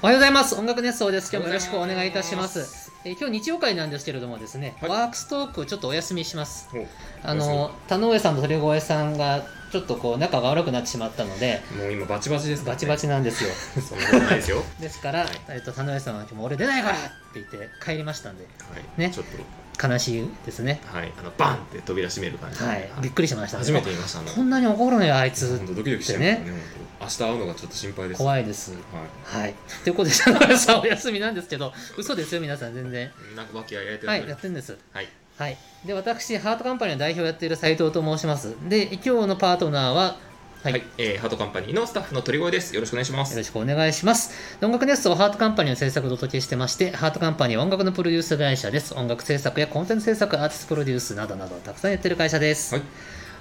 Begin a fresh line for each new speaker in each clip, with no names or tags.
おはようございます。音楽熱奏です。今日もよろしくお願いいたします。え今日日曜会なんですけれどもですね、はい、ワークストークちょっとお休みします。あの田上さんと鳥越さんがちょっとこう仲が悪くなってしまったので、
もう今バチバチです、ね、
バチバチなんですよ。
そんなことない ですよ。
ですから、えっと田上さんは今日も俺出ないからって言って帰りましたんで、
はい、
ね、
ちょっ
と悲しいですね。
はい、あのバンって扉閉める感じ。
はい、びっくりしました。
初めて見ました
こんなに怒るのよあいつ。
ドキドキしてね。明日会うのがちょっと心配です。
怖いです。はい。はい。ということで、田中さんお休みなんですけど、嘘ですよ、皆さん、全然。
なんか、わけはやって
はい、やってんです。
はい。
はい。で、私、ハートカンパニーの代表をやっている斉藤と申します。で、今日のパートナーは、
はい、はい、えー、ハートカンパニーのスタッフの鳥越です。よろしくお願いします。
よろしくお願いします。音楽ネストをハートカンパニーの制作でお届けしてまして、ハートカンパニーは音楽のプロデュース会社です。音楽制作やコンテンツ制作、アーティストプロデュースなどなど、たくさんやってる会社です。
はい。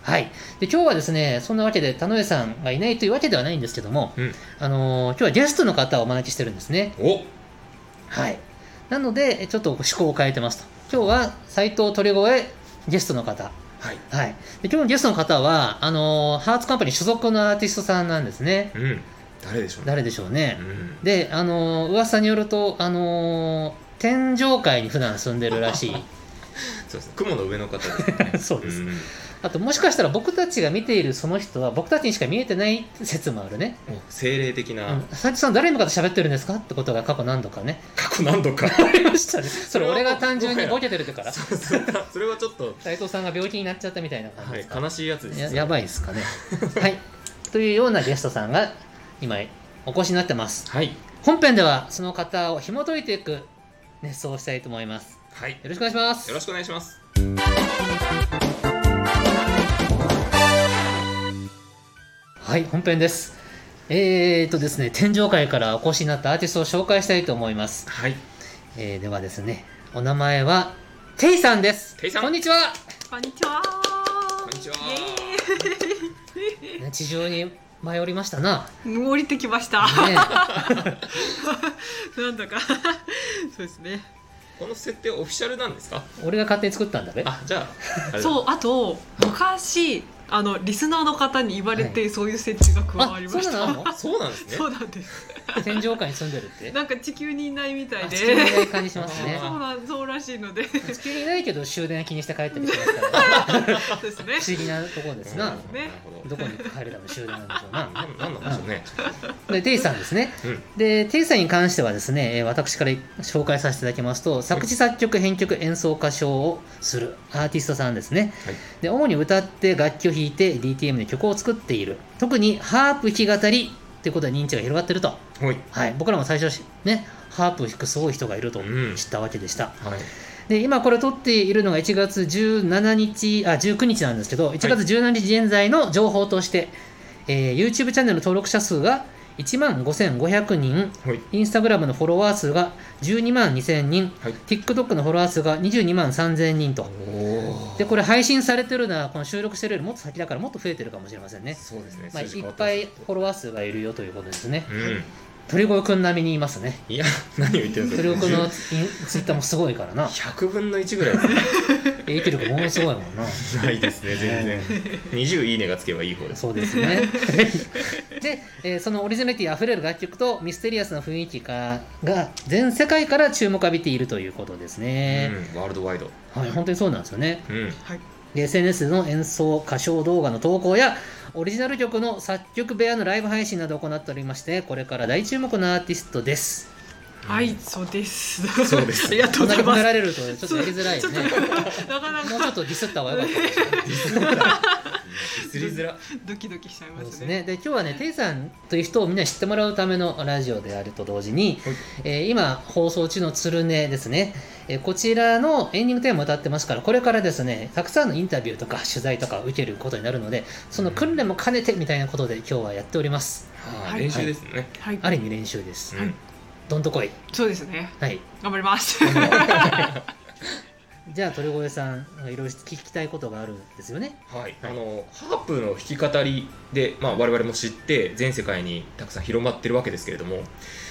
はい、で今日はですねそんなわけで田上さんがいないというわけではないんですけども、うん、あのー、今日はゲストの方をお招きしてるんですね。はい、なのでちょっと趣向を変えてますと今日は斎藤鳥越ゲストの方。
はい、
はい、で今日のゲストの方はあのー、ハーツカンパニー所属のアーティストさんなんですね。
うん、誰でしょうね。
誰でしょうね。
うん、
であのー、噂によるとあの天上界に普段住んでるらしい。
そうですね、雲の上の方です
ね。 そうです、うん、あともしかしたら僕たちが見ているその人は僕たちにしか見えてない説もあるね。
精霊的な。
斉、うん、藤、さん誰の方喋ってるんですかってことが過去何度かね。
過去何度 か。
ありましたね。それ俺が単純にボケてるから。
それはちょっ と。
斉藤さんが病気になっちゃったみたいな感じ
はい、悲しいやつです、ね
や、やばいですかね。はい。というようなゲストさんが今お越しになってます。
はい。
本編ではその方を紐解いていく熱奏をしたいと思います。
はい、よ
ろしくお願いします。
よろしくお願いします。
はい、本編です。えー、とですね、天上界からお越しになったアーティストを紹介したいと思います。
はい。
えー、ではですね、お名前はテイさんです。
テイさん、
こんにちは。
こんにちは。
こんにちは。
ね、地上に舞い降りましたな。
降りてきました。 ね、なんだか そうですね。
この設定オフィシャルなんですか
俺が勝手に作ったんだね
あじゃあ
そうあと昔あのリスナーの方に言われて、はい、そういう設定が加わりました
そうなんです ね
そうなんです
天上界に住んでるって
なんか地球にいないみたいで
地球にいない感じしますね
そうなんそうらしい ので
地球にいないけど終電気にして帰ったりしますからね
ですね
不思議なところですな、
ね、
どこに帰るため終電なんでしょうな
何なんでしょうね、
うん、でテイさんですね、うん、でテイさんに関してはですね私から紹介させていただきますと作詞作曲編曲演奏歌唱をするアーティストさんですね、
はい、
で主に歌って楽器を弾いて DTM で曲を作っている特にハープ弾き語りということで認知が広がってると、
はい、
はい、僕らも最初ねハープ弾くすごい人がいると知ったわけでした、
うん、はい、
で今これ撮っているのが1月17日あ19日なんですけど1月17日現在の情報として、はい、えー、YouTube チャンネル登録者数が1万5500人、
はい、
インスタグラムのフォロワー数が12万2000人、はい、TikTok のフォロワー数が22万3000人とでこれ配信されてるのはこの収録してるよりもっと先だからもっと増えてるかもしれませんね
そうですね、
まあ、いっぱいフォロワー数がいるよということですね、
うん、
鳥越くん並みにいます ね
いや何を言ってるんです
か鳥越くんのツイッターもすごいからな
100分の1ぐらいですね
影響力ものすごいもんな
ないですね全 然20いいねがつけばいい方です
そうです ねで、えー、そのオリジナリティあふれる楽曲とミステリアスな雰囲気がが全世界から注目を浴びているということですね、
うん、ワールドワイド
はい本当にそうなんですよね、
うん、
はい
SNS の演奏歌唱動画の投稿やオリジナル曲の作曲部屋のライブ配信などを行っておりましてこれから大注目のアーティストです
はい、そうです。
そうです。
ありがとうございます。
られるとちょっとやりづらいね。
なかなか
もう ちょっとディスった方が良かった
ディスりづら。
ドキドキしちゃいます
ね。で今日はね、テイさんという人をみんな知ってもらうためのラジオであると同時に、えー、今放送中の鶴音ですね。えー、こちらのエンディングテーマを歌ってますから、これからですね、たくさんのインタビューとか取材とか受けることになるので、その訓練も兼ねてみたいなことで今日はやっております。
はい、練習ですね。
はい、
ある意味練習です。
はい。
どんとこい。
そうですね。
はい。
頑張ります。
じゃあ鳥越さんいろいろ聞きたいことがあるんですよね。
はい。あのハープの弾き語りでまあ我々も知って全世界にたくさん広まってるわけですけれども、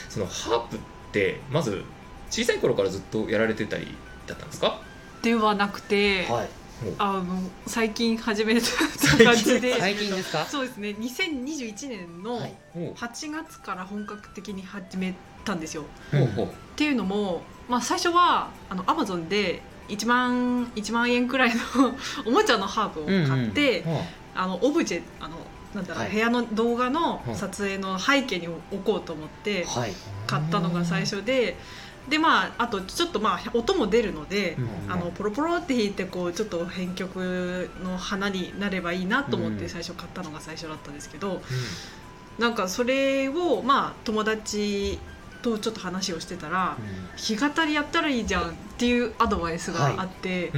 そのハープってまず小さい頃からずっとやられてたりだったんですか？
ではなくて、
はい。
あの最近始めた感じで
最近ですか？
そうですね。2021年の8月から本格的に始めて。ったんですよ。
うん
ほうほう
っていうのも、まあ、最初はあのアマゾンで1万 ,1 万円くらいの おもちゃのハーブを買って、あのオブジェあのなんだろう、
はい
部屋の動画の
はい
撮影の背景に置こうと思って
はい。
買ったのが最初で。でまあ、あとちょっとまあ音も出るので、
うん
あのポロポロって弾いてこうちょっと編曲の花になればいいなと思っ
うん
て最初買ったのが最初だったんですけど、なんかそれをまあ友達とちょっと話をしてたら、弾き語りやったらいいじゃんっていうアドバイスがあって、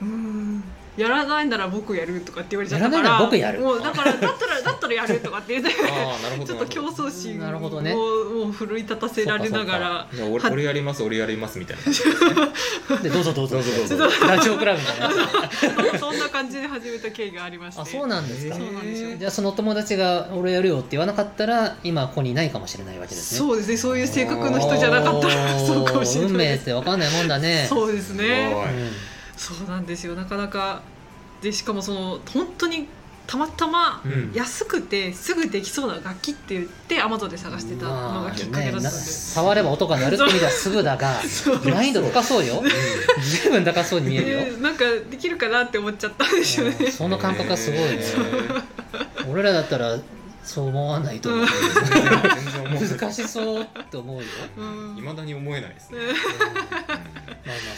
うんうん
うーんやらないなら僕やるとかって言われちゃったから
やらないなら僕やる
もうだからだったらだったらやるとかって言って
うんああなるほど
ちょっと競争心
なるほど
を、
ね
もう奮い立たせられながら
いや俺
は
俺やります俺やりますみたいな
でどうぞどうぞ
どうぞどうぞ
ダチョウ倶楽部みたいなやつ。
そんな感じで始めた経緯がありまして
あそうなんですか
そうなんですよ
じゃあその友達が俺やるよって言わなかったら今ここにいないかもしれないわけですね。
そうですねそういう性格の人じゃなかった
お
ら
ー
そうかもしれない
運命
で
っ
す
てわかんないもんだね。
そうですね
すごい
うん
そうなんですよなかなかでしかもその本当にたまたま
うん
安くてすぐできそうな楽器って言ってアマゾンで探してたのがきっか
ま
けだったん
あねな
です、
触れば音が鳴るって意味ではすぐだが
そう
難易度高そうよ十分高そうに見えるよ
でなんかできるかなって思っちゃったんで すよね
うんその感覚がすごいね
へー
俺らだったらそう思わないと思う
全然思う
難しそうって思うよ
うん
いまだに思えないですね
うん
まあまあ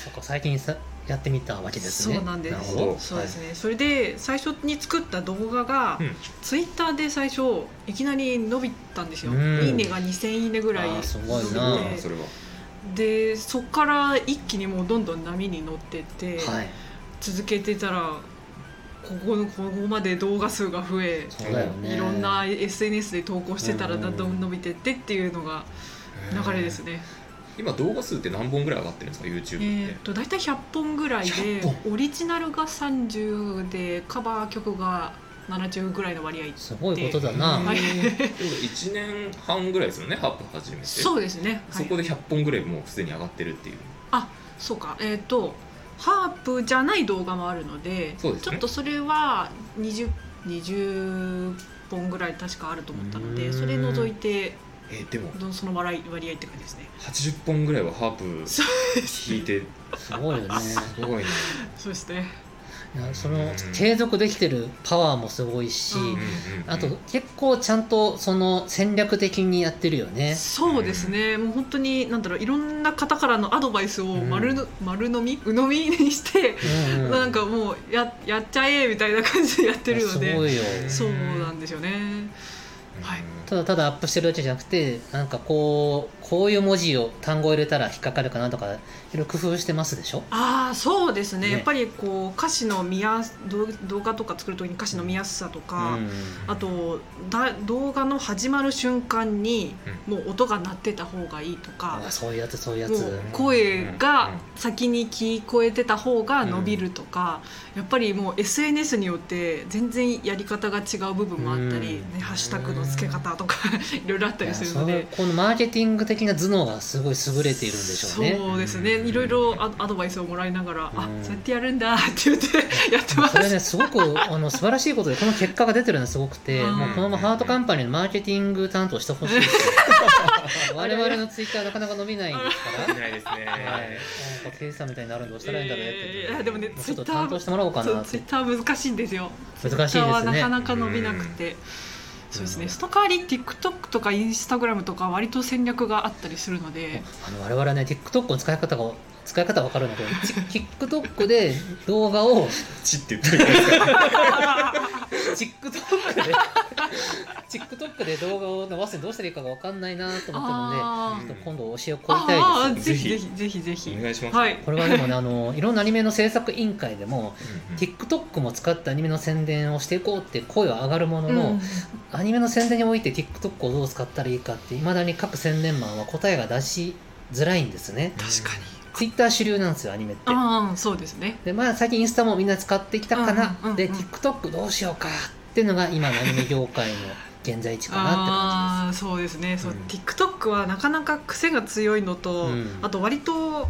そっか最近さやってみたわけですね
そうなんで
る
す
ほど
そうですね、それで最初に作った動画が、
うん
ツイッターで最初いきなり伸びたんですよ、
うん
いいねが2000いいねぐらい
あーすごい
す
な
ご
伸
い
び
な
て
それは
でそっから一気にもうどんどん波に乗ってって、
はい
続けてたらここのここまで動画数が増え、
そうだよね
いろんな SNS で投稿してたら
うん
だんだん伸びてってっていうのが流れですね、
今動画数って何本ぐらい上がってるんですか YouTube
え
って
ー、と大体100本ぐらいで
100
オリジナルが30でカバー曲が70ぐらいの割合
すごいことだな
うん
はい
でも1年半ぐらいですよねハップ始めて
そうですね、は
そ
い、
こで100本ぐらいもうすでに上がってるっていう
そうかえっ、とハープじゃない動画もあるので
そうですね
ちょっとそれは 20, 20本ぐらい確かあると思ったの
うん
でそれ除いて
えーでも
どその割合割合って感じですね
80本ぐらいはハープ
そ
弾いて
すごいよね
すごいね
そうですね
いやその継続できてるパワーもすごいし、
うん
あと結構ちゃんとその戦略的にやってるよね。
そうですね、もう本当になんだろういろんな方からのアドバイスを丸の、丸飲み鵜呑みにして、
うんうん
なんかもうややっちゃえみたいな感じでやってるの
すご
で
いよ。
そうなんですよねはい
ただただアップしてるだけじゃなくて、なんかこう、こういう文字を単語を入れたら引っかかるかなとか、いろいろ工夫してますでしょ
ああそうですね
ね
やっぱりこう歌詞の見やす動動画とか作る時に歌詞の見やすさとか、
うん
あとだ動画の始まる瞬間にもう音が鳴ってた方がいいとか
あ、そういうやつ、そういうや
も
つ。
う声が先に聞こえてた方が伸びるとか、やっぱりもう SNS によって全然やり方が違う部分もあったり、
うん
ね、ハッシュタグの付け方とか いろいろあった
い
り
や
する
そ
の
う
で。
このマーケティング的な頭脳がすごい優れているんでしょうね。
そうですねいろいろアアドバイスをもらいながら、あ
うん
そうやってやるんだって言ってやってます
それね、すごくあの素晴らしいことで、この結果が出てるのはすごくて、
うん
もうこのままハートカンパニーのマーケティング担当してほ しいですよ。我々のツイッターなかなか伸びないですから。
できないです
はい、
ね
なんかケイさんみたいになるんどうしたらいいんだろうねって、
えーいやでもね
うちょっと
Twitter
担当してもらおうか
そ
な
う
っ
ツ
て
イッター難しいんですよ
難しい
ツ
で
イッターは
す
なか
ね
なか伸びなくて、そうですねその代わり TikTok とか Instagram とか割と戦略があったりするので、
あの我々はね TikTok の使い方が使い方わかるんだけどち TikTok で動画を
チって言ってるじゃないですか
TikTok で TikTok で動画を伸ばすにどうしたらいいかがわかんないなと思った
あ
の
ー
でちょっと今度教えを請い
あ
たい
ー
です
ぜひぜひぜひぜひ
お願いします
はい
これはでもねあのいろんなアニメの制作委員会でも TikTok も使ったアニメの宣伝をしていこうって声は上がるものの、
うん
アニメの宣伝において TikTok をどう使ったらいいかっていまだに各宣伝マンは答えが出しづらいんですね
確かに
Twitter 主流なんですよアニメって
ああそうですね
でまあ最近インスタもみんな使ってきたかな、
うんうんうん
で TikTok どうしようかっていうのが今のアニメ業界の現在地かなって感
ああーそうですねそう、
うん
TikTok はなかなか癖が強いのと、
うん
あと割と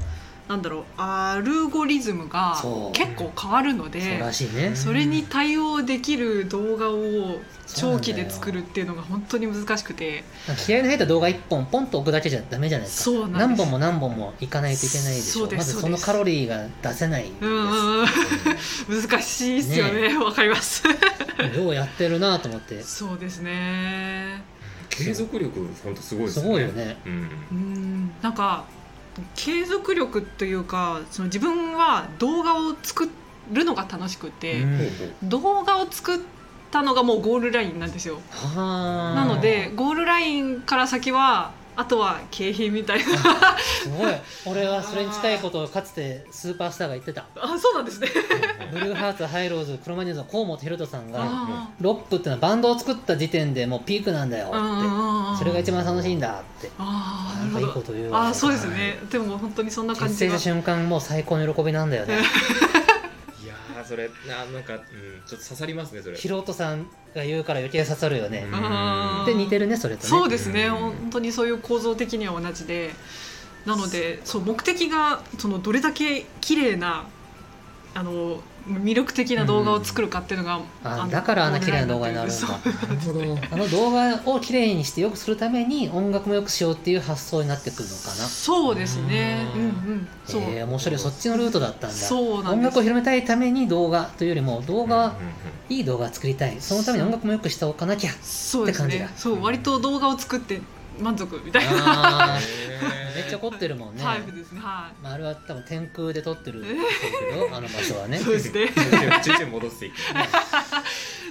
なんだろうアルゴリズムが
そう
結構変わるの
そう
で
らしいね。
それに対応できる動画を
そうな
長
んだよ
期で作るっていうのが本当に難しくて
なんか気合の入った動画1本ポンと置くだけじゃダメじゃないですか。
そうなん
何
です
本も何本もいかないといけないでしょ
そうです
まず
そ
そう
で
の
す
カロリーが出せないんです。
うんうんうん難しいですよねわ、かります
ようやってるなと思って。
そうですね
継続力本当すごいです
す
ね
ごいよね。
うん
うんなんか継続力というかその自分は動画を作るのが楽しくて、
うん
ほうほう
動画を作ったのがもうゴールラインなんですよ
はあ。
なのでゴールラインから先はあとは景品みたいな
すごい。俺はそれに近いことをかつてスーパースターが言ってた。
あそうな んですね
ブルーハーツ、ハイローズ、クロマニューズの河本ヒロトさんが、
あ
ロップってのはバンドを作った時点でもうピークなんだよ
ー
っ
あ
て。
ー
それが一番楽しいんだって。
あ
な
ー
ん
な
かい
る
いこ
ほど
と言うわ
あーそうですねでも本当にそんな感
結
じ
成し
が
た瞬間もう最高の喜びなんだよね
いやーそれあなんか、うん、ちょっと刺さりますねそれ
ヒロトさんが言うから余計刺さるよね、
あー
で似てるねそれとね
そうですね
うん
本当にそういう構造的には同じでなのでそう目的がそのどれだけ綺麗なあの魅力的な動画を作るかっていうのが、
あ
の
だからあんな綺麗な動画になるんだ
そう
なるほどあの動画を綺麗にしてよくするために音楽もよくしようっていう発想になってくるのかな
そうですね
う
うんんうんそう、
えー、面白いそっちのルートだったんだ
そうなん
音
です
楽を広めたいために動画というよりも動画は
うんうんうん
いい動画を作りたいそのために音楽もよくしておかなきゃ
そうです
って感
ね
じだ
そう割と動画を作って満足みたい
あー
な
へー
めっちゃ凝ってるもんね、
タイプですねは
まあ、あれは多分天空で撮ってるんでしょうけどあの場所はいね
そう ですね
ちょいちょい戻していく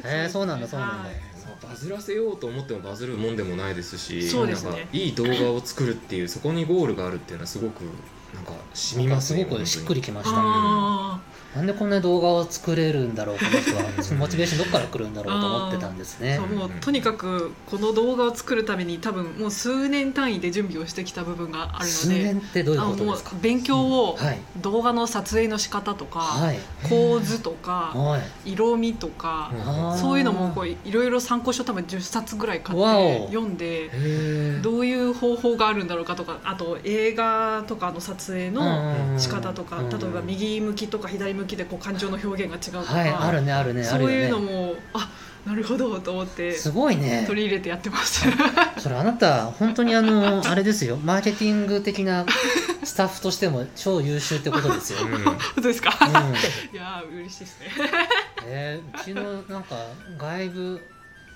えー、そうなんだそうなんだ、
はい
バズらせようと思ってもバズるもんでもないですし
そうですね
なんかいい動画を作るっていうそこにゴールがあるっていうのはすごくなんか染みますね
ごくしっくりきました
あ
なんでこんな動画を作れるんだろうこの人はそのモチベーションどっから来るんだろうと思ってたんです
あ
ね
そうもうとにかくこの動画を作るために多分もう数年単位で準備をしてきた部分がある
数
ので
年ってどういう
あ
こと
も
で
う
すか
勉強を
はい
動画の撮影の仕方とか、
はい
構図とか
はい
色味とか、
あー
そういうのもこういろいろ参考書多分10冊ぐらい買
わ
って
お
読んで
へ
どういう方法があるんだろうかとかあと映画とかの撮影の仕方とか
うん
例えば右向きとか左向きでこう感情の表現が違うとか、
はいあるねあるねあ
そ
る
う
よね
いうのもあなるほどと思って
すごいね
取り入れてやってます。
それあなた本当にあのあれですよマーケティング的なスタッフとしても超優秀ってことですよ、うん
うん
本当ですか、 いやー嬉しいですね。
えーうちのなんか外部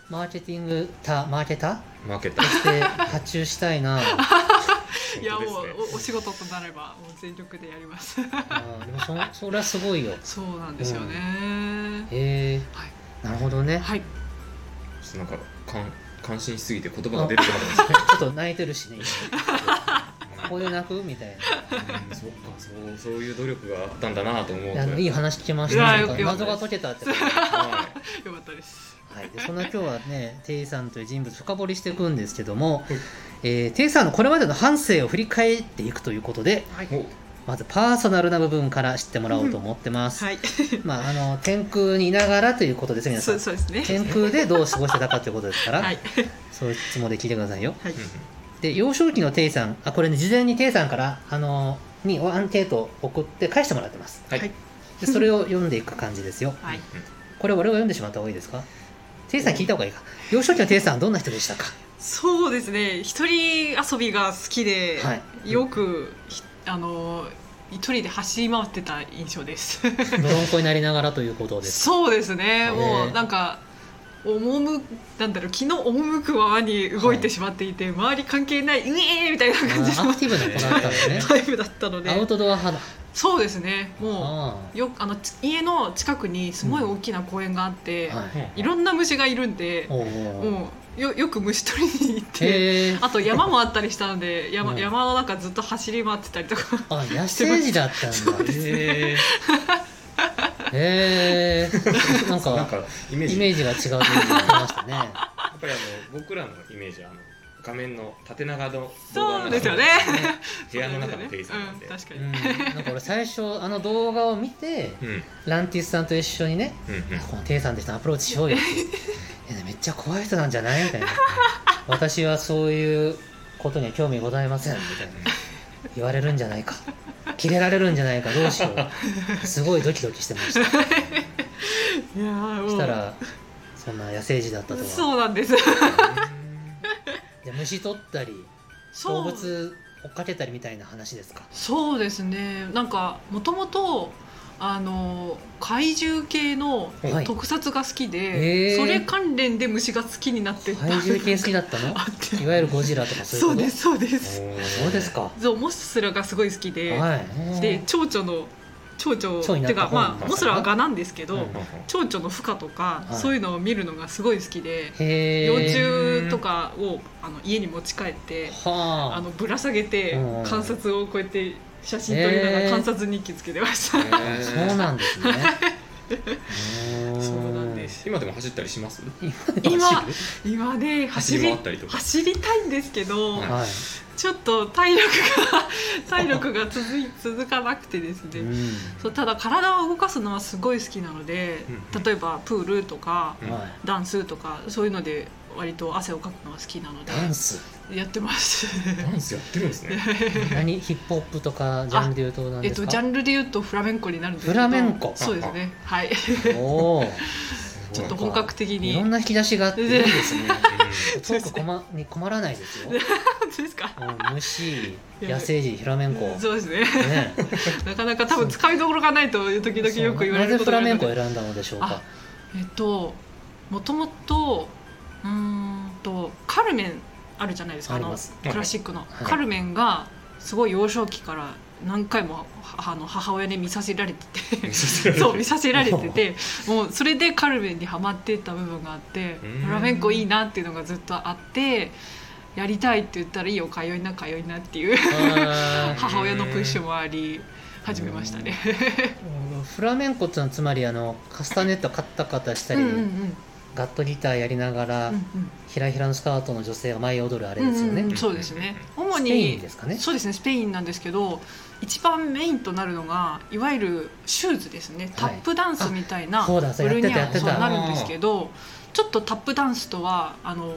マーケティングたマーケタ
負けた
ーとして発注したいな
いやもう
本当ですね
おお仕事となればもう全力でやります。
あーでもそそれはすごいよ
そうなんですよね。
へえ
はい
なるほどね、
はい。
ちょっとなんか感感心しすぎて言葉が出てこなかったで
ちょっと泣いてるしね
す
ここで泣くみたいな
うんそっかそうそういう努力があったんだなと思うと
いやいい話聞きまし
いや
たなん
よ
か
くよく
謎が解けたってこと
は
よかったです。
はい、でそんな今日はね、テイさんという人物深掘りしていくんですけども、えーテイさんのこれまでの半生を振り返っていくということで、
はい
い。お
まずパーソナルな部分から知ってもらおうと思ってます。
はい。
まあ、あの天空にいながらということですね、皆さ。
そうん そうですね。
天空でどう過ごしてたかということですから、
はい。
そういう質問で聞いてくださいよ。
はい。
で、幼少期のテイさん、あこれね、事前にテイさんから、あのにアンケートを送って返してもらってます。
はい
はい
でそれを読んでいく感じですよ。
はい。
これ、我々が読んでしまった方がいいですかテイさん聞いた方がいいか。幼少期のテイさんはどんな人でしたか
そうですね。一人遊びが好きで、
はい
よくひあの一人で走り回ってた印象で す。
泥んこになりながらということです。
そうですね。
はい
もうなんか。おもむなんだろう気の赴くままに動いてしまっていて、周り関係ないうえーみたいな
あ
感じ
ーア
の
クティブな子だったんです ね。
タイプだったので
アウトドア派だ。
そうですねも
あ
うよあのち家の近くにすごい大きな公園があって、
あ。はい。
いろんな虫がいるんで
おお。
もうよよく虫取りに行って
へえ。
あと山もあったりしたので山,、
うん
山の中ずっと走り回ってた りとか
あ、野生児だったんだ。
へ
へえ。なん
ーなん
か、
かイメージ
イメージが違うというのがありましたね。
やっぱりあの僕らのイメージはあの画面の縦長の動画
そ
の中の
うですよね
部屋の中の店員さんなんで
う。確か
う
に、
ん。なんか俺最初、あの動画を見て、
うんうん
ランティスさんと一緒にね、
うん
このテイさんで人アプローチし ようよって。いやめっちゃ怖い人なんじゃないみたいな。私はそういうことには興味ございません。みたいな。言われるんじゃないか。切れられるんじゃないかどうしようすごいドキドキしてましたそ
いやーもう
したらそんな野生児だったとは
そうなんです
で虫取ったり
そ
動
う
物追っかけたりみたいな話ですか
そうですねなんかもともとあの怪獣系の
はい
特撮が好きで、
へー
それ関連で虫が好きになってった
怪獣系好きだったの
あって
いわゆるゴジラとかそういう
そ
こ
う
と
ですそうです
そうですか
そうモスラがすごい好きで、
はい
で蝶々の蝶々
蝶にな
て
った
か
方
まあ
の
モスラは蛾なんですけど、
うん
蝶々の孵化とか、
はい
そういうのを見るのがすごい好きで、
へ
幼
ー
虫とかをあの家に持ち帰って
はあ
あのぶら下げて
うん
観察をこうやって写真撮りなが
へー
ら観察日記つけてました、
あそうなんですねうー
そうなんです
今でも走ったりします
今
走る
今ね走
走り
り
回ったりとか
走りたいんですけど、
はい
はい
ちょっと体力が 体力が続い続かなくてですね、そうただ体を動かすのはすごい好きなので、
うん
例えばプールとか、
うんはい
ダンスとかそういうので割と汗をかくのが好きなので
ダンス
やってます。
ダンスやってるんですね
何ヒップホップとかジャンルで言うと何
え
で
っ
す
と
か
ジャンルで言うとフラメンコになるんですけど
フラメンコ
そうですね はい
おお
ちょっと本格的
い ろん
に
な引き出しがあっていい ですね
う
トーク困に困らないですよ
ですか
うん虫野生児フラメンコ
そうですね
ね
なかなか多分使いどころがないと時々よく言われること
そうなぜフラ
が
メン
あ
コ
るので
選んだのでしょうか
えっともともとうーんとカルメンあるじゃないですか
あ
あ
り
の
ます
クラシックの、
い
カルメンがすごい幼少期から何回もはあの母親に見させられてて
んそう
そう見させられててもうそれでカルメンにはまってった部分があって
うん
フラメンコいいなっていうのがずっとあってやりたいって言ったらいいよ通いな通いなっていう
あ
母親のプッシュもあり始めましたね。
ーフラメンコってのはつまりあのカスタネットカッタカタした
うん
り、
うんうん
ガットギターやりながら、
うんうん
ひらひらのスカートの女性が舞い踊るあれ
うん
ですよね、
うんうんそうですね。主
ス
に
ペインですかね
そうですねスペインなんですけど一番メインとなるのがいわゆるシューズですねタップダンスみたいな
そうだそう
ブ
やっ
ル
て
に
たや
は
って
そう
た
なるんですけどちょっとタップダンスとはあの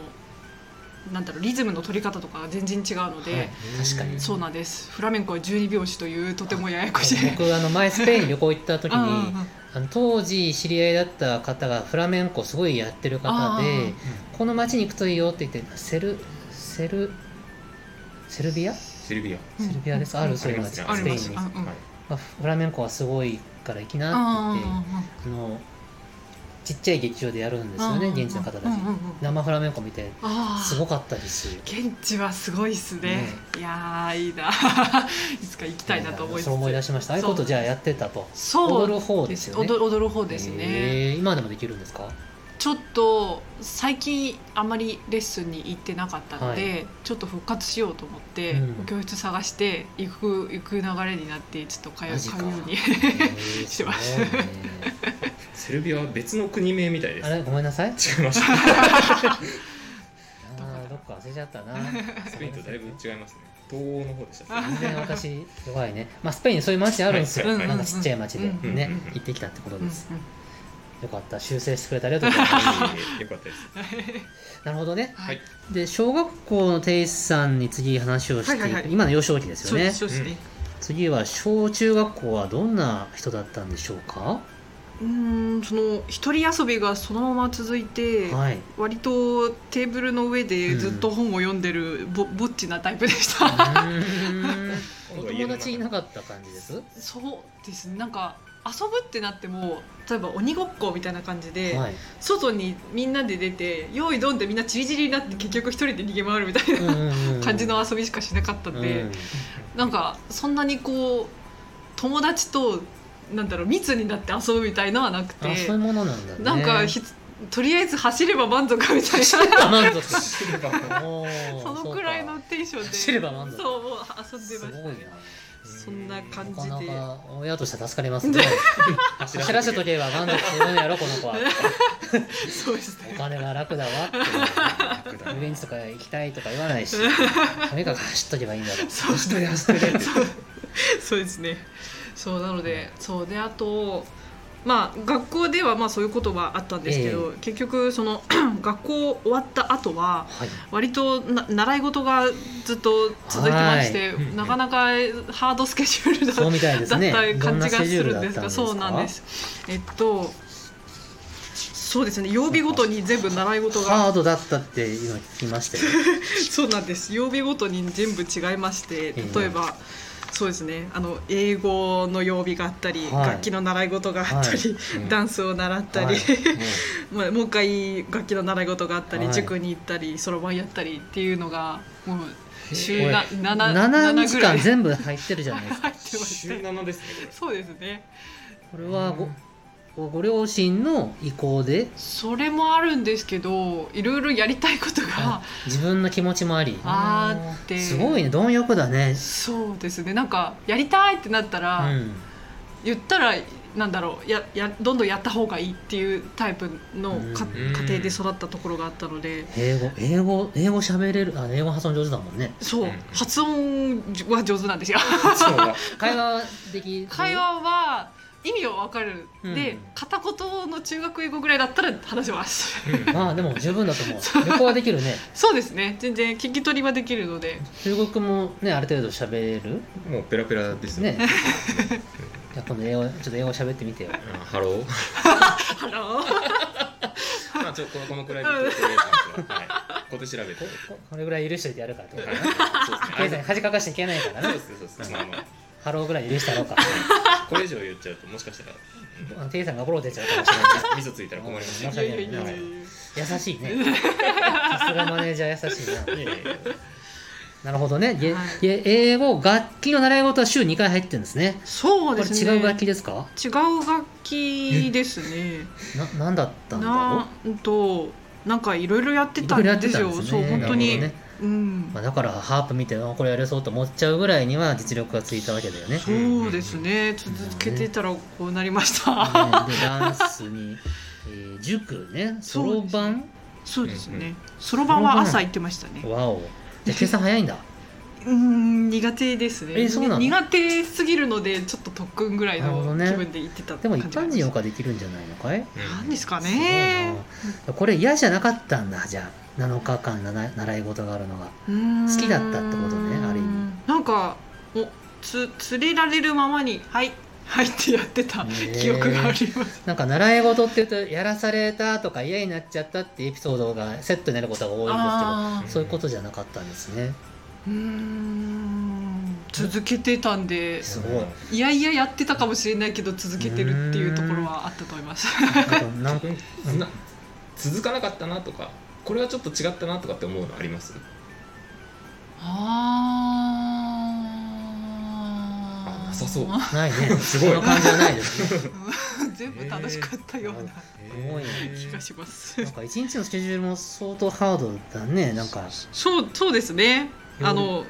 なんだろうリズムの取り方とかが全然違うので、
はい確かに
そうなんですフラメンコは12拍子というとてもややこしい。
僕あの前スペイン旅行行った時
うんうんう
に
ん
あの当時知り合いだった方がフラメンコすごいやってる方
あ
でこの街に行くといいよって言ってセルセルセルビアセ
セルビア
うん
ルビアですあるそういう街
あ
ス
り
ペイン
ます
に、
あ
ま
りますうんうん
あ、フラメンコはすごいから行き
う
なって言ってあのちっちゃい劇場でやるんですよ
んうんうん
ね現地の方たち
うんうんうん
生フラメンコ見て
あー
すごかったですよ
現地はすごいっすね
ね
いやーいいな いつか行きたいなと思いつつ
そう思い出しましたああいうことじゃあやってたと
そう
踊る方ですよね
踊踊る方ですね
へえ今でもできるんですか
ちょっと最近あまりレッスンに行ってなかったので、ちょっと復活しようと思って、
うん
教室探して行く行く流れになってちょっと通
マジ
う
か
通うように
へえ
してます
ごいね
セルビアは別の国名みたいで
あ
す
れごめんなさい
違いました
あーどっか忘れちゃったな
スペインとだいぶ違いますね東欧の方でした
全然私弱いね、まあ、スペインにそういう街あるんですよ、
はいはい
はい
なんかちっちゃい街で
うん
ね、
うん
行ってきたってこと
うんう
で
ん
す、よかった修正してくれてありがとうございます
よかったです
なるほどね
はい
で小学校の定子さんに次話をしていく、
はいはいはい
今の幼少期です
そ
よ
うで
ね
すそうですね
次は小中学校はどんな人だったんでしょうか
うーんその一人遊びがそのまま続いて、
はい
割とテーブルの上でずっと本を読んでるぼぼっちなタイプでし
う
た、
ーん
今
お
度は
友
家の中
達いなかった感じです
そうですねなんか遊ぶってなっても例えば鬼ごっこみたいな感じで、
はい
外にみんなで出て用意どんでみんなチリチリになって結局一人で逃げ回るみたいな感じの遊びしかしなかったんで、
うん
なんかそんなにこう友達となんだろう密になって遊ぶみたいのはなくて、
あそういうものなんだね
なんかひつとりあえず走れば満足みたいな
あ満足
シルバー
そ
そのくらいのテンションで
走れば満足
そうもう遊んですました
ごい
ねそんな感
な
じ
なかな
で
か親としては助かり ますね走らせとけば満足するんやろこの子は
そうですね
お金が楽だわ
楽だ
遊園地とか行きたいとか言わ ないしとにかく走っとけばいいんだろう
そう
走 ってる走ってる
そうそうですねそうなのでそうであとまあ、学校ではまあそういうことはあったんですけど、結局その 学校終わった後は
はい、
割とな習い事がずっと続いてまして、
はい
なかなかハードスケジュールだ
そうみたいですね。
だった
どん
感
な
じ
ス
が
ケ
す
ジュール
る
だ
ん
っ
で
たん
すが
ですか。
そうなんで。すえっとそうですね曜日ごとに全部習い事
ハー
が
ドだったって今聞きましたよ。
そうなんです曜日ごとに全部違いまして
ええ
例えば、そうですねあの英語の曜日があったり、
はい
楽器の習い事があったり、
う ん
ダンスを習ったり、
はい
まあ、もう一回楽器の習い事があったり、
はい
塾に行ったりそろばんやったりっていうのがもう週
お
ない7
7
7
日
ぐら
間
い入って
全部入ってるじゃないですか。
まし
週
た
7ですね
そうですね
これはごごご両親の意向で
それもあるんですけどいろいろやりたいことが
自分の気持ちもあり。
あって
すごいね貪欲だね。
そうですねなんかやりたいってなっ
う
たら、
ん。
言ったらなんだろうややどんどんやった方がいいっていうタイプのか
うん
家庭で育ったところがあったので。
英語英語英語喋れるあ英語発音上手だもんね。
そう、
うん
発音は上手なんですよ
そうだ
会話できる
会話は意味はわかる、
うん
で片言の中学英語ぐらいだったら話します
うん
まあでも十分だと思う。旅行はできるね。
そうですね全然聞き取りはできるので
中国もねある程度喋れる。
もうペラペラです
ね
ね。
じゃあ今度英語ちょっと英語喋ってみてよ。
うんハロー。
ハロー
まあちょこのこのくらいでちょっとお願いしますわ。はい。こと調べて。
こここれぐらい許しといてやるかってこと
は
ね経
い。
済恥かかしちゃいけないから
そう
ね
ですねそうですねそうですね。まあ
ハローぐらい許してやろう か
まあこれ以上言っちゃうともしかしたら
あの店員さんが怒ろうてちゃうかもし
ミスついたら困ります
う
ね
ん
いやいやいやいやい
れ
や
ない優しいね さすがマネージャー優しいな。
いやいやいや
なるほどね、げ
はい
げ英語楽器の習い事は週2回入ってるんですね
そ
こ
う
れ
ですね
違う楽器ですか
違う楽器ですね
な何だったんだろ
なうんとなんかいろいろやってたん
色々やって
です
たん
よ
ですね
そう本当に、
なるほどね
うん、
う、まあ、だからハープ見てあこれやれそうと思っちゃうぐらいには実力がついたわけだよね
そ
ね
うですね続けてたらこうなりました、
でダンスに、えー塾ねそろばん
そうですねそろばんは朝行ってましたね
わおじゃあ計算早いんだ
うーん苦手ですね
えそうなの
苦手すぎるのでちょっと特訓ぐらい
なるほど
の
ね
気分で行ってた
でも一
感じがあ
般人よ
ります
かできるんじゃないのかい
なんですか
すごい
ね
なこれ嫌じゃなかったんだじゃあ7日間なな習い事があるのが好
好
きだったってことねある意味
なんかおつ連れられるままに「はいはい」ってやってた
ねえ
記憶があります、
なんか習い事っていうとやらされたとか嫌になっちゃったってエピソードがセットになることが多いんです
あ
けど
ー
そういうことじゃなかったんですね
うーん続けてたんで
そうすごい
いやいややってたかもしれないけど続けてるっていうところはあったと思います
あとなんか
逆にな続かなかったなとかこれはちょっと違ったなとかって思うのあります
あ
あなさそう
ないね
すごい
その感じはないですね
全部楽しかったような
ごいね
気がします
なんか一日のスケジュールも相当ハードだねなんか
そうそうですねあの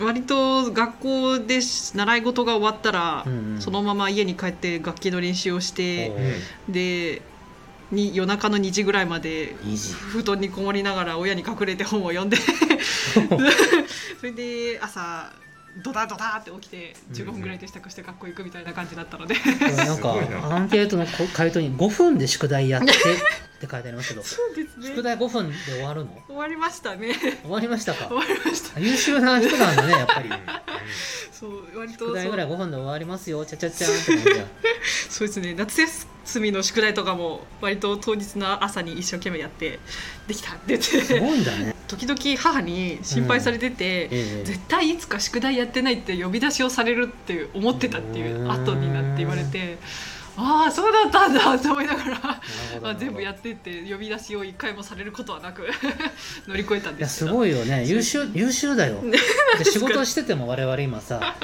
割と学校で習い事が終わったら、
うんうん
そのまま家に帰って楽器の練習をし
お
て
ー
でに夜中の2時ぐらいまで
いいじ
布団にこもりながら親に隠れて本を読んで それで朝ドタドタって起きて15分ぐらいで支度して学校行くみたいな感じだったので
でもなん
す
か
ごいな
アンケートの回答に5分で宿題やってって書いてありますけど
そうです
宿題5分で終わるの
終わりましたね
終わりましたか
終わりました
優秀な人なんだねやっぱり
そう割と
宿題
そ
ぐらいう5分で終わりますよちゃちゃちゃんって感じだ
そうですね夏休みの宿題とかも割と当日の朝に一生懸命やってできたって言
す
って
ごいんだね
時々母に心配されてて、
ええ
絶対いつか宿題やってないって呼び出しをされるって思ってたっていう後になって言われてああそうだったんだと思いながら
なるほど
まあ 全部やってって呼び出しを一回もされることはなく 乗り越えたん
いや
です
す
けど
ごいよ ね優秀優秀だよ
ね
で仕事してても我々今 さ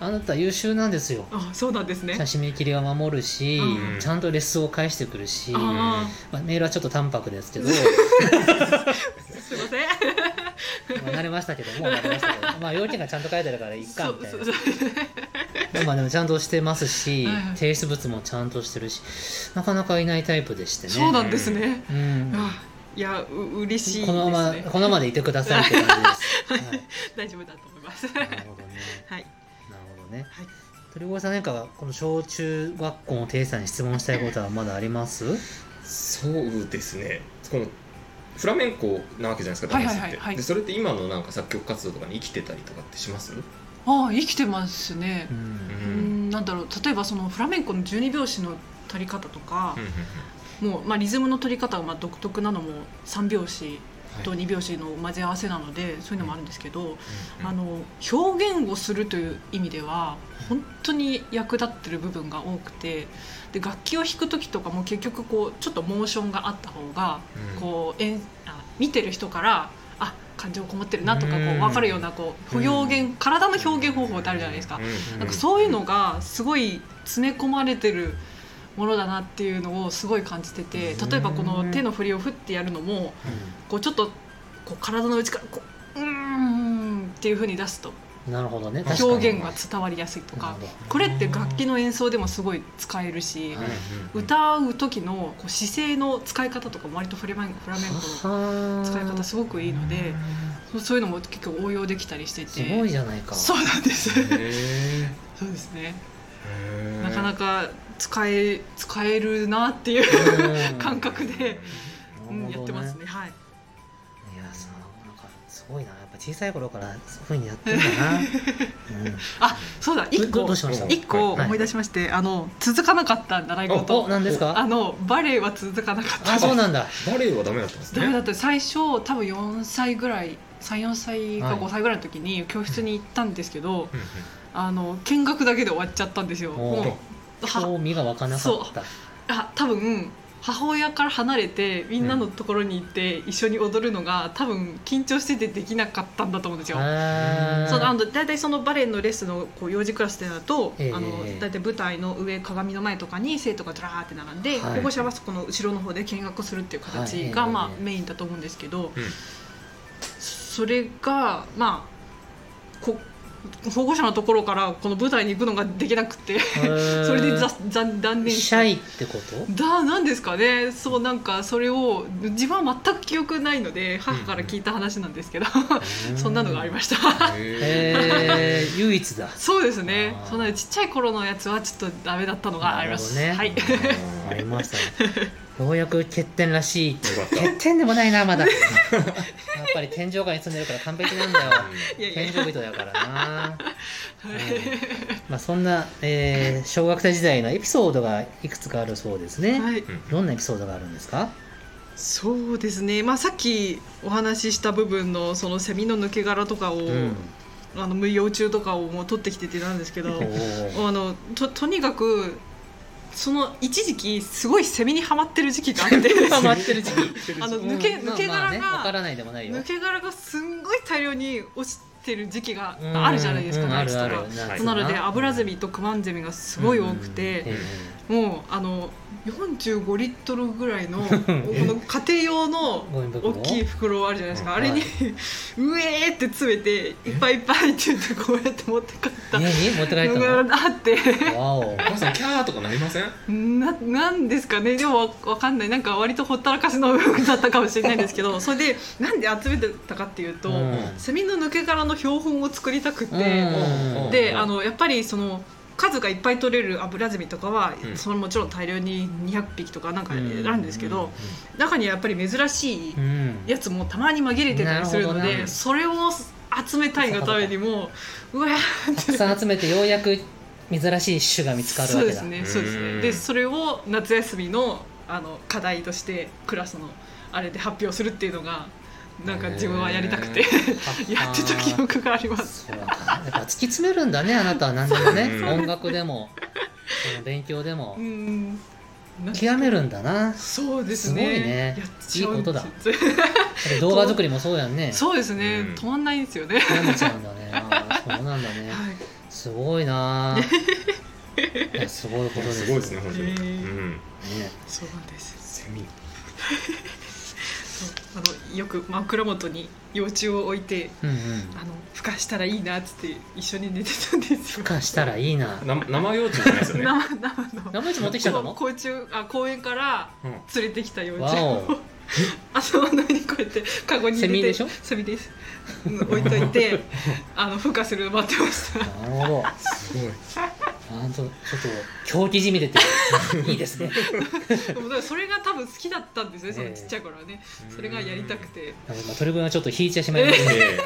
あなた優秀なんですよ
あそうなんですね
締め切りは守るし、
うん
ちゃんとレッスンを返してくるし、ま
あ
あ、メールはちょっと淡白ですけど、
あすいません
まあ、慣れましたけど もう慣れましたけど、まあ、要件がちゃんと書いてあるからいっかみたい
そ
な
うそう
まあでもちゃんとしてますし、
はいはい
提出物もちゃんとしてるしなかなかいないタイプでしてね
そうなんですね
うん
あいやう嬉しいです
こ
ね
のままこのままでいてください って感じです。はい
大丈夫だと思います
なるほどね。
はい
なるほどね。
はい
鳥越さん何かこの小中学校の定さんに質問したいことはまだあります
そうですねこのフラメンコなわけじゃないですか
は
ダ
い
ン
は
ス
い
って、
はいはい
でそれって今のなんか作曲活動とかに生きてたりとかってします、う
ああ生きてますね
う、
んうん
うん
ん
なんだろう例えばそのフラメンコの12拍子の取り方とか
うん、
もう、まあ、リズムの取り方がまあ独特なのも3拍子と
はい
2拍子の混ぜ合わせなのでそういうのもあるんですけど、
うん
あの表現をするという意味では本当に役立ってる部分が多くてで楽器を弾く時とかも結局こうちょっとモーションがあった方が
うん
こうえんあ見てる人からあ感情こもってるなとかこう
うん
分かるようなこう表現体の表現方法ってあるじゃないですか
う。ん
なんかそういうのがすごい詰め込まれてるものだなっていうのをすごい感じてて例えばこの手の振りを振ってやるのもこうちょっとこう体の内からこううーんっていう風に出すと
うんなるほどね確かに
表現が伝わりやすいと
なるほ
か
ど
これって楽器の演奏でもすごい使えるし
はい
うん
歌う時のこう姿勢の使い方とかも割とフラメンコフラメンコの
はは
使い方すごくいいのでそうそういうのも結構応用できたりしてて
すごいじゃないか
そうなんです
へー
そうですね
へー
なかなか使え使えるなっていう
うん
感覚で、
なるほ
う
ど
ん
ね
やってますねはい
いやそうなんかすごいなやっぱ小さい頃からそういうふうにやってるん だな、う
あそうだ
ん、
一
どど
個
うしました
一個思い出しまして、あの続かなかった習い
お
事
何です
あ
か
のバレエは続かなかった
あそうなんだ
バレエはダメだったんですね
ダメだった最初多分4歳ぐらい34歳
は
か
い
5歳ぐらいの時に教室に行ったんですけど、
うんうん
あの見学だけで終わっちゃったんですよ。
おー
もうは
興味が湧かなかった
あ多分母親から離れてみんなのところに行って一緒に踊るのが多分緊張しててできなかったんだと思うんですよ。
あー
そのあの大体そのバレエのレッスンのこう幼児クラスってなると、
ええ
あの大体舞台の上鏡の前とかに生徒がずらーって並んで、
はい
保護者はそこの後ろの方で見学するっていう形が、
はい
まあ
ええ
メインだと思うんですけど、
うん
それがまあこ保護者のところからこの舞台に行くのができなくてそれでざざ断念し
シ
た
ャイってこと
だなんですかねそうなんかそれを自分は全く記憶ないので母から聞いた話なんですけど、そんなのがありました。
へー唯一だ
そうですね
あー。
そんなちっちゃい頃のやつはちょっとダメだったのがあります。
なるほ
は
ど
い。
ありましたねようやく欠点らしい
よかった
欠点でもないなまだやっぱり天井下に住んでるから完璧なんだよ
いやいや
天井人だからな
は
まあそんな、えー小学生時代のエピソードがいくつかあるそうですね、
い。はい。
うん
どんなエピソードがあるんですか
そうですね。まあさっきお話しした部分のそのセミの抜け殻とかを、
うん
あの無用中とかをもう取ってきてってなんですけど
お、ー
あのととにかく。その一時期すごいセミにはまってる時期があって
ハマってる時期
あの抜け
うんまあ
抜け
まあ
殻
ね
が
わからないでもないよ
抜け殻がすんごい大量に落ちてる時期があるじゃないですか
うんうんある
夏と
あ
か
る夏
はい
なのでアブラゼ
ミ
ミとクマンゼミがすごい多くて、
え
もうあの45リットルぐら いのこの家庭用の
えゴミ袋
大きい袋あるじゃないですか、
うん
あれに、
は
うえーって詰めていっぱいいっぱいって言ってこうやって持って帰った
家に持って帰った
のがあって
のわお
お母さんキャーとかなりません
ななんですかねでもわわかんないなんか割とほったらかしの部分だったかもしれないんですけどそれでなんで集めてたかっていう と、
うん
セミの抜け殻の標本を作りたくて。
うん
で
うん
あのやっぱりその数がいっぱい取れるアブラゼミとかは、
うん
そのもちろん大量に200匹とかなんかある
うん
んですけど、中にはやっぱり珍しい
うん
やつもたまに紛れてたりするの
なる
で
ほどね
それを集めたいがためにもうわー
たくさん集めてようやく珍しい種が見つかる
そ
わ
う
け
で
だ
すねそうです
うん
ねでそれを夏休みのあの課題としてクラスのあれで発表するっていうのがなんか自分はやりたくて やってた記憶があります。
そうだねやっぱ突き詰めるんだねあなたは何でもね
うん
音楽でもその勉強でも
うんなんか
極めるんだな
そうですね。
すごいね
やっちゃうんですよ
いいことあと動画作りもそうやんね
そうですね、
うん
止まんないんですよね。
やめちゃうんだねあーそうなんだね
はい、
すごいなーいやすごいことです
すごいですね本当に
へー
うん
ね
そうなんです。
セミ
そうあのよく枕元に幼虫を置いて、
うんうん
あの孵化したらいいなっつって一緒に寝てたんで
孵
すよ。
化したらいいな
な生幼虫じゃないですよね
生生の
生地持ってきちゃったの
公虫あ公園から
うん
連れてきた幼
わ
虫を
お
頭の上にこうやってカゴに入れて
セミでしょ
セミです。うん置いといてあの孵化するのを待ってました。
なるほど
すごい
なんとちょっと狂気じみ出て いいですね
でもだからそれが多分好きだったんですねそのちっちゃい頃はね、それがやりたくて、
多分今鳥くんがちょっと引いてしまいましたね、
え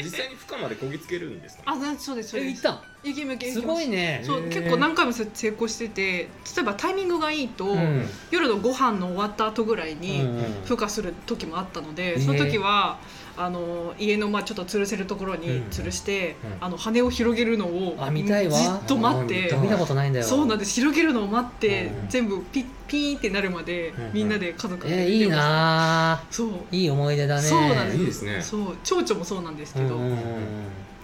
え実際に負荷までこぎつけるんですか、
あなそうですそう
え
で
行っ
す
たん
行き向け
すごいね
そう
へー
結構何回もそれ成功してて例えばタイミングがいいと、
うん
夜のご飯の終わった後ぐらいに、
うんうん
孵化する時もあったの
え
で
ー
その時は、あの家のまあちょっと吊るせるところに吊るして、
うんうん
あの羽を広げるのを
あ見たいわ
じっと待って
あー
見たことないんだよ
そうなんです広げるのを待って、
うん
全部ピッピーってなるまで、
うん
みんなで家族で
えーいいな
そう
ーいい思い出だね
そうなん
いいですね
そう蝶々もそうなんです
う
け
ん
ど、
うんうん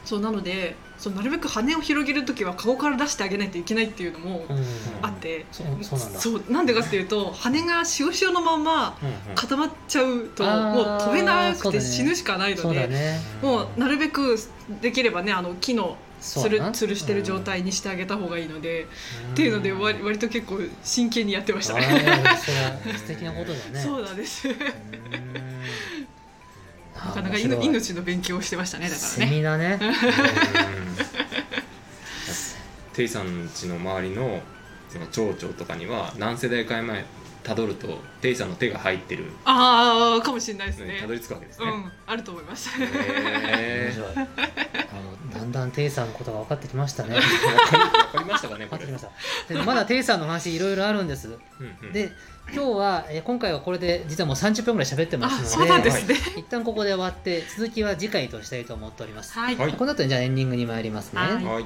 そうなのでそうなるべく羽を広げる時は顔から出してあげないといけないっていうのも
うんうん
あって、
そうそうなんだ
そうなんでかっていうと羽が塩塩のまま
うん
固まっちゃうと
あー
もう飛べな
そうだ
くて
ね
死ぬしかないの
そうだ
で、
ね
もうなるべくできればねあの木の
そ
つ
う
る
だな
つるしてる状態にしてあげた方がいいので、
ん
っていうので割割と結構真剣にやってました
あ
ね。
ーそれは素敵なことだね
そうなんです。な
うん
かなか
面白い
命の勉強をしてましたねだから
セ
ね。
ミだね。
テイさん家の周りのその町長とかには何世代か前たどるとテイさんの手が入ってる
ああかもしれないです
のに
ね
たど。り着くわけです
う
ね。
んあると思います。
面
へー
白い。 あのだんだんテイさんのことが分かってきましたね。
わかりましたかね
分か
こ
っ
れ
てき。ました。でまだテイさんの話いろいろあるんです。
うんうん
で今日はえー今回はこれで実はもう30分ぐらい喋ってま
あ
す
そ
の
う
で、
なんですね。
一旦ここで終わって続きは次回としたいと思っております。
はい。
はい
この後にじゃあエンディングに参りますね。
はい
はい。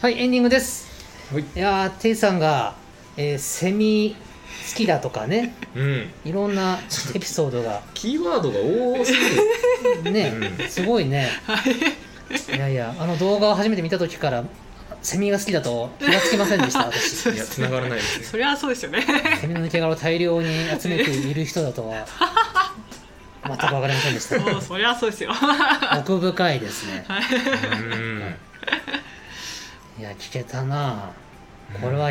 はいエンディングです。
はい
いやーテイさんが、えーセミ好きだとかね、
うん。
いろんなエピソードが
キーワードが多すぎる。
ね、
うん
すごいね。いやいや、あの動画を初めて見た時から、セミが好きだと気がつきませんでした、私。
いや繋がらないですね。
それはそうですよ ね。
セミの抜け殻を大量に集めている人だと は、全く分かりませんでし
そうそりゃそう ですよ。
た。奥深いですね。
うん
いや、聞けたなこれは、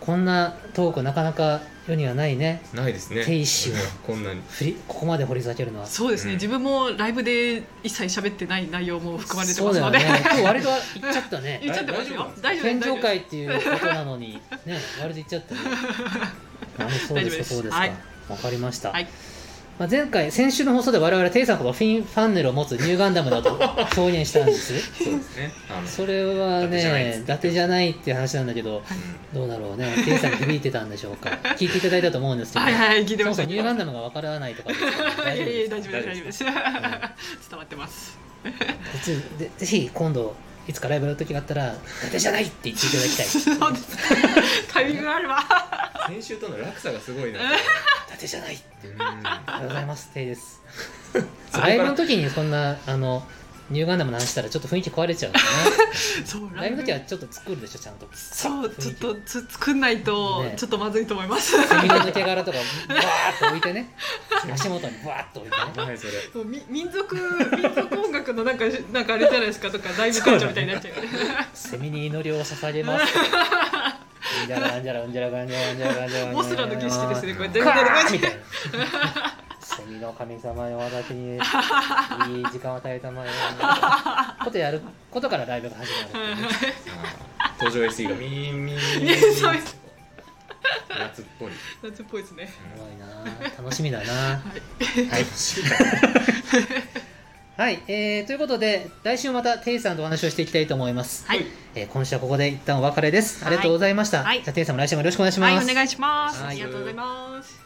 こんなトークなかなか世にはないね。
ないですね。
天使を
こんなに。
ふりここまで掘り下げるのは。
そうですね、
うん
自分もライブで一切喋ってない内容も含まれて
そ
ま
う
す
だよ
ので、
ね。今日割と言っちゃったね。
言っちゃってますよ 大丈夫
天
です
上界っていうことなのに、ね、割と言っちゃったね。あそうですか、そう
大丈夫で
で
す
すか。わ
はい、
かりました。
はい
まあ、前回、先週の放送で我々、テイさんほどフィンファンネルを持つニューガンダムだと表現したんです。
そうですね。あの
それはね、伊
伊
達
達
じ
じ
ゃないっていう話なんだけど、どうだろ うね、テイさんに響いてたんでしょうか。聞いていただいたと思うんですけど、
はいはい聞いて
そ
ま
も
し
そ
た
もニューガンダムがわからないとかですから
いや
大丈夫です
いや大丈夫です大
大
丈夫
丈夫
で
で す
伝わってます
ぜひぜぜひ今度、いつかライブの時があったら、伊達じゃないって言っていただきたい。
そうです タイミングがあれば
うん先週との落差がすごいな。
伊達じゃない
うん
ありがとうござい ます。テイです。ライブの時にそんなあのニューガンダムの話したらちょっと雰囲気壊れちゃうから
そう
ね。ライブの時はちょっと作るでしょちゃんと。
そうちょっと
雰囲
つ作んないと
ね
ちょっとまずいと思います、
気セミの抜け殻とかバーッと置いてね。足元にバーッと置いてね。
はいそれ。
もうみ民族民族音楽のなんかなんかあれじゃないですかとかライブ会長みたいになっちゃう
セミに祈りを捧げます。うんじゃらがんじゃらがんじゃらがんじゃらがんじゃらがんじゃらがんじゃらがんじゃらがん
モスラの儀式ですねこうやってみ
カ
たいな
ー
感
ンみ
じ
たいな。セミの神様の私にいい時間を与えたまえ。ことやることからライブが始まるっていうね。
あー登場 SE がミーンミーンミーン
いやそうです
夏っぽい。
夏っぽいですね
すごいなあ楽しみだなはい、はいえーということで来週またテイさんとお話をしていきたいと思います、
はい
えー今週はここで一旦お別れですありがとうございました、
はい
じゃあテイさんも来週もよろしくお願いし
は
ま
い
す、
お願いします
はい
ありがとうございます